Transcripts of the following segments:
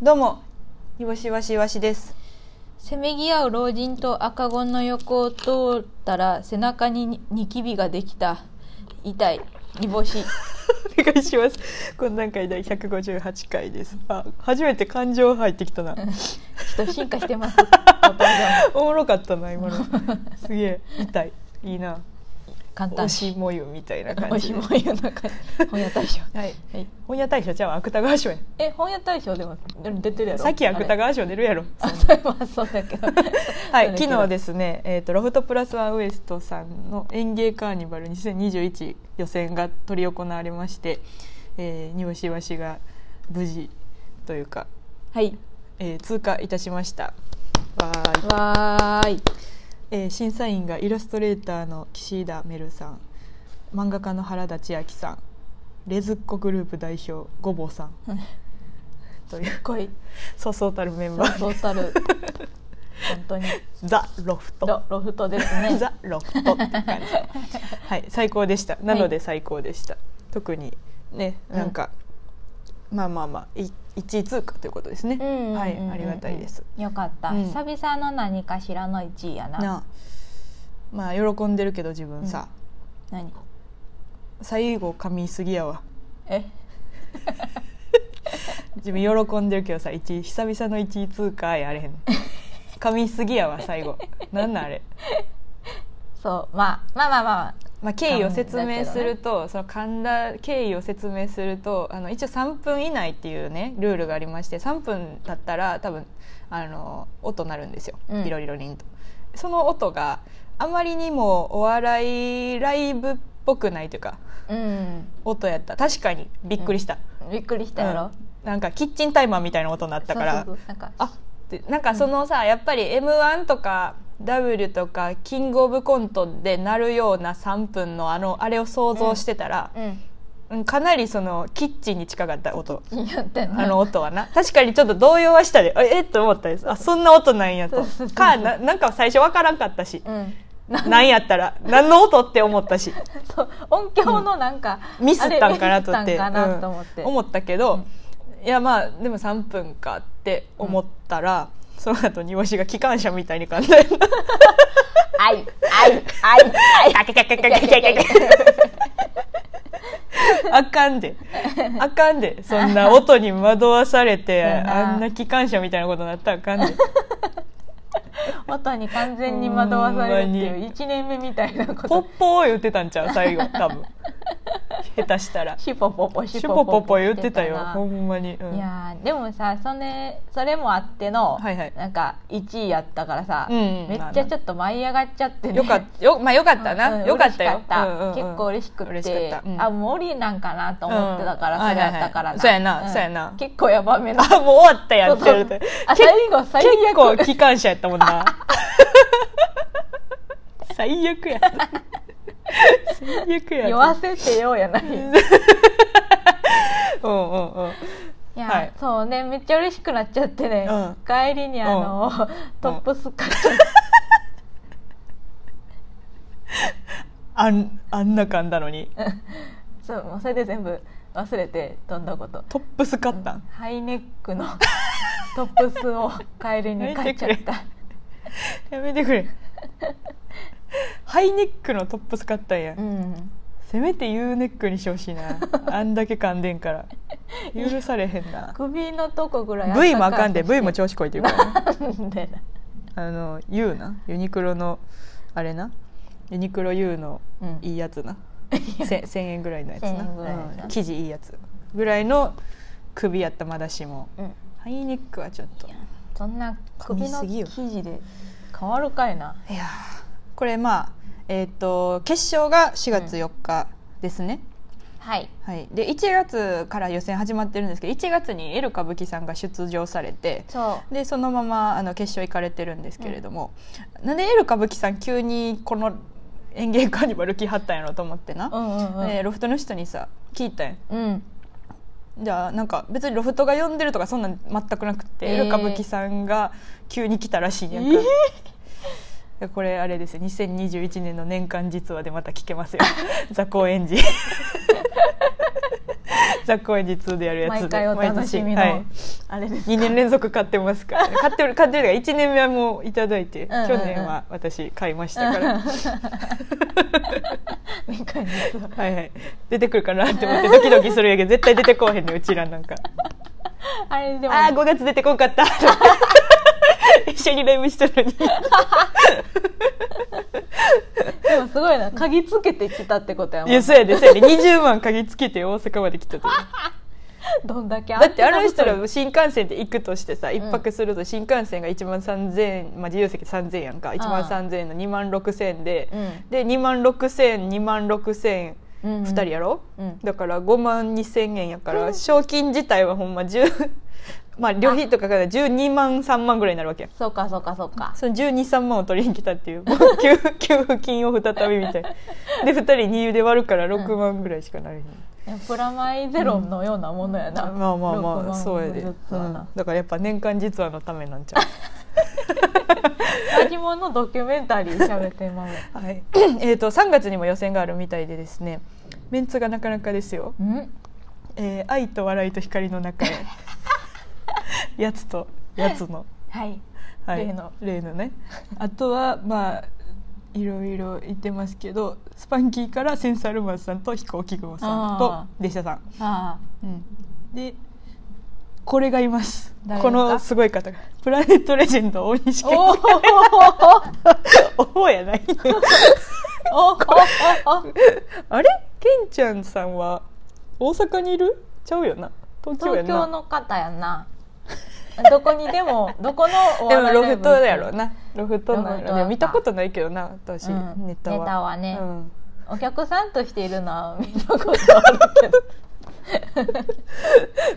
どうも、いわしわしわしです。せめぎ合う老人と赤子の横を通ったら背中にニニキビができた痛い煮干しお願いします。今段階第158回です。あ、初めて感情入ってきたな。ちょっと進化し てますパパがおもろかったな、今の。すげえ、痛い。いいな。簡単推し模様みたいな感おじしで。もゆの中に本屋大賞はい。はい本屋大賞じゃあ芥川賞や。え本屋大賞でもでも出てるやろさっき芥あれ川賞出るやろ。あそうまあそうだけどはい、昨日ですすね、えー、とロフトプラスワンウエストさんの「園芸カーニバル2021」予選が執り行われまして、えー、にわしわしが無事というか、はいえー通過いたしましたわーいわーいえー審査員がイラストレーターの岸田メルさん漫画家の原田千秋さんレズッコグループ代表ごぼうさんというこいそうそうたるメンそバうーそうたる本当にザ・ロフトロロフトです ねザ・ロフトって感じはい最高でしたなので最高でした、特にねなんか、まあまあまあい1位通過ということですね、うんうんうんうんはいありがたいですよかった、うん久々の何かしらの1位やななあまあ喜んでるけど自分さ、何最後噛みすぎやわえ自分喜んでるけどさ1位久々の1位通過や れへん噛みすぎやわ最後なんなんあれそうまあまあまあまあまあ、経緯を説明すると、その神田経緯を説明するとあの一応3分以内っていうねルールがありまして3分経ったら多分あの音鳴るんですよ、うんビロリロリンとその音があまりにもお笑いライブっぽくないというかまあうん音やった確かにびっくりした、びっくりしたやろ、うんなんかキッチンタイマーみたいな音になったからそうそうそうなんかあってなんかそのさ、やっぱり m 1とか W とかキングオブコントでなるような3分のあのあれを想像してたら、ううんかなりそのキッチンに近かった音んやったよなあの音はな確かにちょっと動揺はしたであえっと思ったですあそんな音なんやとかななんか最初わからんかった しうんなんやったら何の音って思ったしそう音響のなんか、ミスったんかなと思あっれミてスったんかなと思って、うん思ったけど、いやまあでも3分かって思ったら、その後にわしが機関車みたいに噛んであいあいあいあいカキャキャキャキャキャキャキャあかんであかんでそんな音に惑わされて そうやなあんな機関車みたいなことになったらあかん で音に完全に惑わされるほんってまいにう1年目みたいなこポッとポー言ってたんちゃう最後多分下手したらシュポポポシシュュポポポポポポ言ってたよなほんまに、うんいやーでもさそれそれもあっての、はいはいなんか1位やったからさ、うんうんめっちゃちょっと舞い上がっちゃってねよかったよまあよかったな、うんよかったよ嬉しかったうんうんうん結構嬉しくって嬉しかった、うんあもう降りなんかなと思ってたから、うんそれやったはいはからな、いはいそうやなそうやな結構やばめなあもう終わった やんって言われてそうそうあ最後最悪結構機関車やったもんな 最悪や最悪 や言わせてようやないいうんうんうんや、はいそうねめっちゃ嬉しくなっちゃってね、うん帰りにあの、トップス買っちゃっあんあんな噛んだのにた、そうもうそれで全部忘れて飛んだことトップス買ったん、ハイネックの トップスを帰りに買っちゃったやめてくれハイネックのトップス買ったんや、うんせめて U ネックにしてほしいなあんだけ噛んでんから許されへんな首のとこぐらい V もあかんで V 部も調子こいてるからねなんでだあの U なユニクロのあれなユニクロ U のうんいいやつな、せん1000円ぐらいのやつな1000円ぐらいのやつなうん生地いいやつぐらいの首やったまだしもうんハイネックはちょっとそんな首の噛みすぎ生よ地で変わるかいないやーこれまあえっ、と決勝が4月4日ですね、はいはい、で1月から予選始まってるんですけど1月にエル歌舞伎さんが出場されてそでそのままあの決勝行かれてるんですけれども、なんでエル歌舞伎さん急にこの演芸カーニバル来はったんやろと思ってううな、んうんうん、でロフトの人にさ聞いたんやうんじゃあなんか別にロフトが呼んでるとかそんなん全くなくて、えーエル歌舞伎さんが急に来たらしいんやんか、で これあれですよ2021年の年間実話でまた聞けますよ「ザ・高円寺」雑コエジ2でやるやつ毎で回お楽しみの、毎年はいあれですか2年連続買ってます から、ね、買ってる買ってるが1年目はもういただいてんうんうん去年は私買いましたから メカニズムはいはい出てくるかなって思ってドキドキするんやけど絶対出てこうへんねうちらなんかあれでもああ5月出てこんか った一緒にライブしたのにでもすごいな嗅ぎつけてきたってことやもいんやそうやでそうやで20万鍵つけて大阪まで来たというどんだけだってあの人らら新幹線で行くとしてさ一泊すると新幹線が1万3000円、まあ、自由席3000円やんか1万3000円の2万6000円で、うんで2万6000円2万6000円うん2人やろ、うんだから5万2000円やから賞金自体はほんま10まあ旅費とかから12万3万ぐらいになるわけやんそうかそうかそうかその123万を取りに来たっていうもう給付給付金を再びみたい なで2人二遊で割るから6万ぐらいしかなれへん、いやプラマイゼロのようなものやな、まあまあまあそうやで、 6万分の実はなうんだからやっぱ年間実話のためなんちゃラジモンのドキュメンタリー喋ってまう、う はい、 えーと3月にも予選があるみたいでですねメンツがなかなかですようん「えー愛と笑いと光の 中へ」やつとやつの、はいはい、例の例のねあとはまあいろいろ言ってますけどスパンキーからセンサルマンさんと飛行機雲さんとあ列車さん、あうん、でこれがいます誰でこすかのすごい方がプラネットレジェンド大西あ健おおおおや ないねおおおあれけんちゃんさんは大阪にいるちゃうよな東京や東な京の方やなどこにでもどこのおでも笑いロライフブトだやろうなロフトなんロフやトろかでも見たことないけどな私、うんネタはネタはねうんお客さんとしているのは見たことあるけど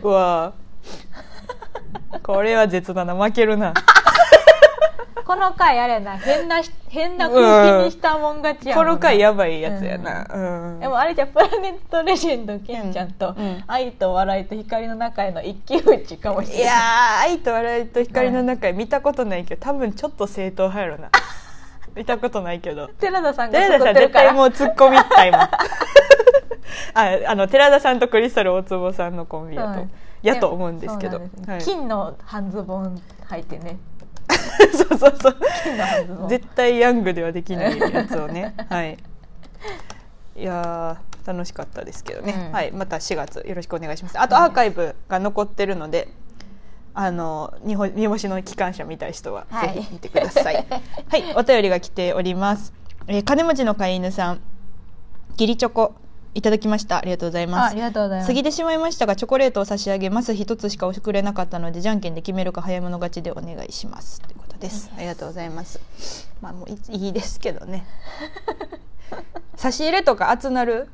うわあこれは絶だな負けるなこの回あれやな変なし変な空気にしたもん勝ちやもこんなの回やばいやつやな、うんでもあれじゃプラネットレジェンドケンちゃんと、うんうん愛と笑いと光の中への一騎打ちかもしいれやないー愛と笑いと光の中へ見たことないけど多分ちょっと正統派やろな見たことないけど 寺田さんが寺田作さっんてる絶か対らもう突っ込みたい もんああの寺田さんとクリスタル大坪さんのコンビやと、うんやと思うんですけどそうなんですはい金の半ズボン履いてね そうそうそう金の半ズボン絶対ヤングではできないやつを ねはいいやー楽しかったですけどね、うんはいまた4月よろしくお願いしますあとアーカイブが残ってるので、あの日本煮干しの機関車見たい人ははいぜひ見てください、 はい、お便りが来ております、えー、金持ちの飼い犬さんギリチョコいただきましたありがとうございあまあすりがとうございます過ぎてしまいましたがチョコレートを差し上げます一つしか遅れなかったのでじゃんけんで決めるか早物勝ちでお願いしますということですありがとうございますまあもういいいですけどね 差し入れとか集なる、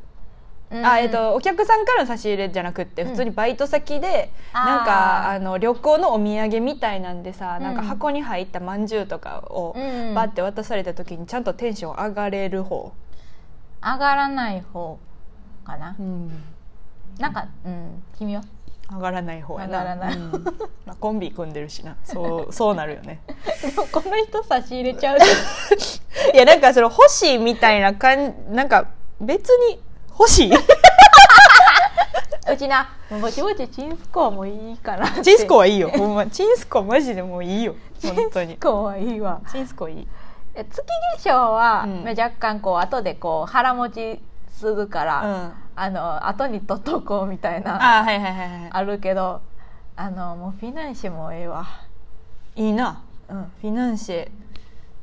うんあえっ、とお客さんからの差し入れじゃなくって普通にバイト先で、あーなんかあの旅行のお土産みたいなんでさ、うんなんか箱に入った饅頭とかをうんバッて渡された時にちゃんとテンション上がれる方、上がらない方かな、うんなんかうん 君は上がらない方やな上がらないうんまあ、コンビ組んでるしな そうそうなるよねでもこの人差し入れちゃ うしいやなんかその欲しいみたいな感なんか別に欲 しいうちなもうぼちぼちチンスコアもいいからチンスコははいいよほんまチンスコマジでもういいよ本当にはいいわチンスコいいえ月化粧は、うんまあ若干こう後でこう腹持ちするから、ああの後に取っとこうみたいなああはいはいはいはるけどあのもうフィナンシェもええわいいいなうんうんフィナンシェ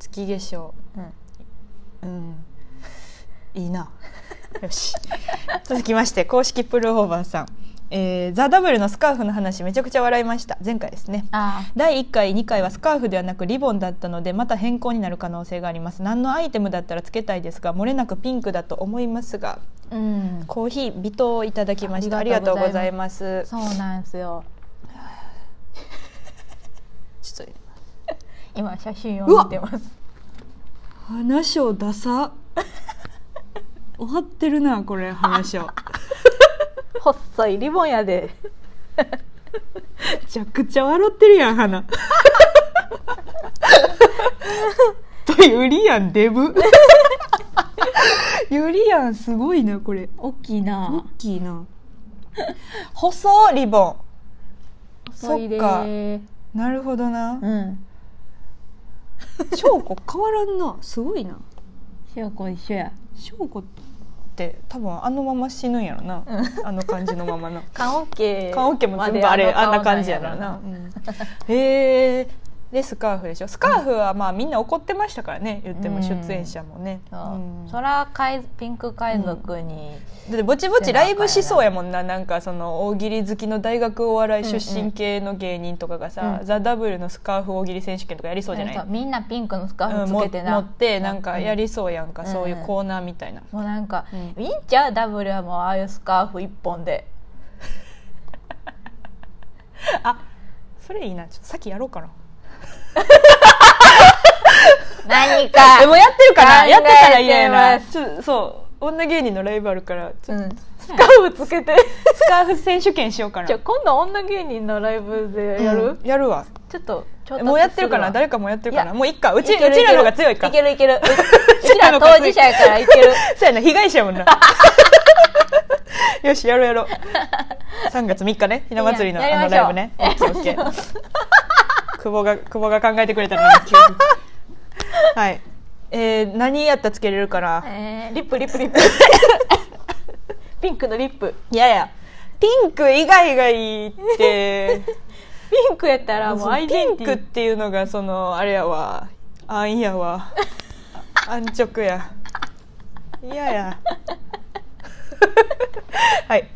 月化粧うんいいなよ し続きまして公式プルオーバーさん、えーザ・ダブルのスカーフの話めちゃくちゃ笑いました前回ですねあ第1回2回はスカーフではなくリボンだったのでまた変更になる可能性があります何のアイテムだったらつけたいですが漏れなくピンクだと思いますがうんコーヒー微糖をいただきましたあありりががととううごござざいいますそうなんですよちょっと今写真を見てます話を出 さ終わってるなこれ話を細いリボンやでめちゃくちゃ笑ってるやん花とユリアンデブユリアンすごいなこれ大きい大なきいな細いリボ細いでそーンなるほどなうん翔子変わらんなすごいなひよこ一緒や翔子って多分あのまま死ぬんやろな、あの感じのままな缶オッケー棺桶も全部あれあんな感じやからな、うんへえでスカーフでしょスカーフはまあみんな怒ってましたからね言ってもうん出演者もね、そううんそらかいピンク海賊に、だってぼちぼちライブしそうやもんななんかその大喜利好きの大学お笑い出身系の芸人とかがさ「うんザ・ダブルのスカーフ大喜利選手権とかやりそうじゃない、なんかみんなピンクのスカーうんフつもけてな、持ってなんかやりそうやんか、うんそういうコーナーみたいな、もうなんか、うんいいんちゃうダブルはもうああいうスカーフ一 本であそれいいなちょっとさっきやろうかな何かでもやってるから考えてやってたら嫌やなますちょそう女芸人のライブあるからちょうん、スカーフつけてスカーフ選手権しようかなじゃあ今度女芸人のライブでやる、うんやるわちょっと調達するわもうやってるかな誰かもやってるかいなやもういっかうちいけうるちらの方が強いかいけるい けるううちちらのら方が当強い事者やからいけ るそうやな被害者やもんなよしやろうやろう3月3日ねひな祭りのいいやあのやりましライょうブねオッケーオッケー久保が久保が考えてくれたのに急にはいえー、何やったらつけれるかなえー、リップリップリッ プピンクのリップいやいやピンク以外がいいってピンクやったらもうアイデピンンティクテっィていうのがそのあれやわあんやわ安直やいややはい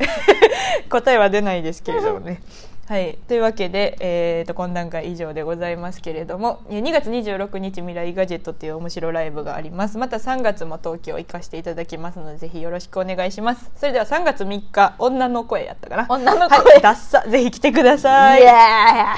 答えは出ないですけれどもねはいというわけで、えー、と懇談会以上でございますけれどもえー2月26日未来ガジェットという面白いライブがありますまた3月も東京行かせていただきますのでぜひよろしくお願いしますそれでは3月3日女の声やったかな女の声はい、ダッサぜひ来てくださいイエーイ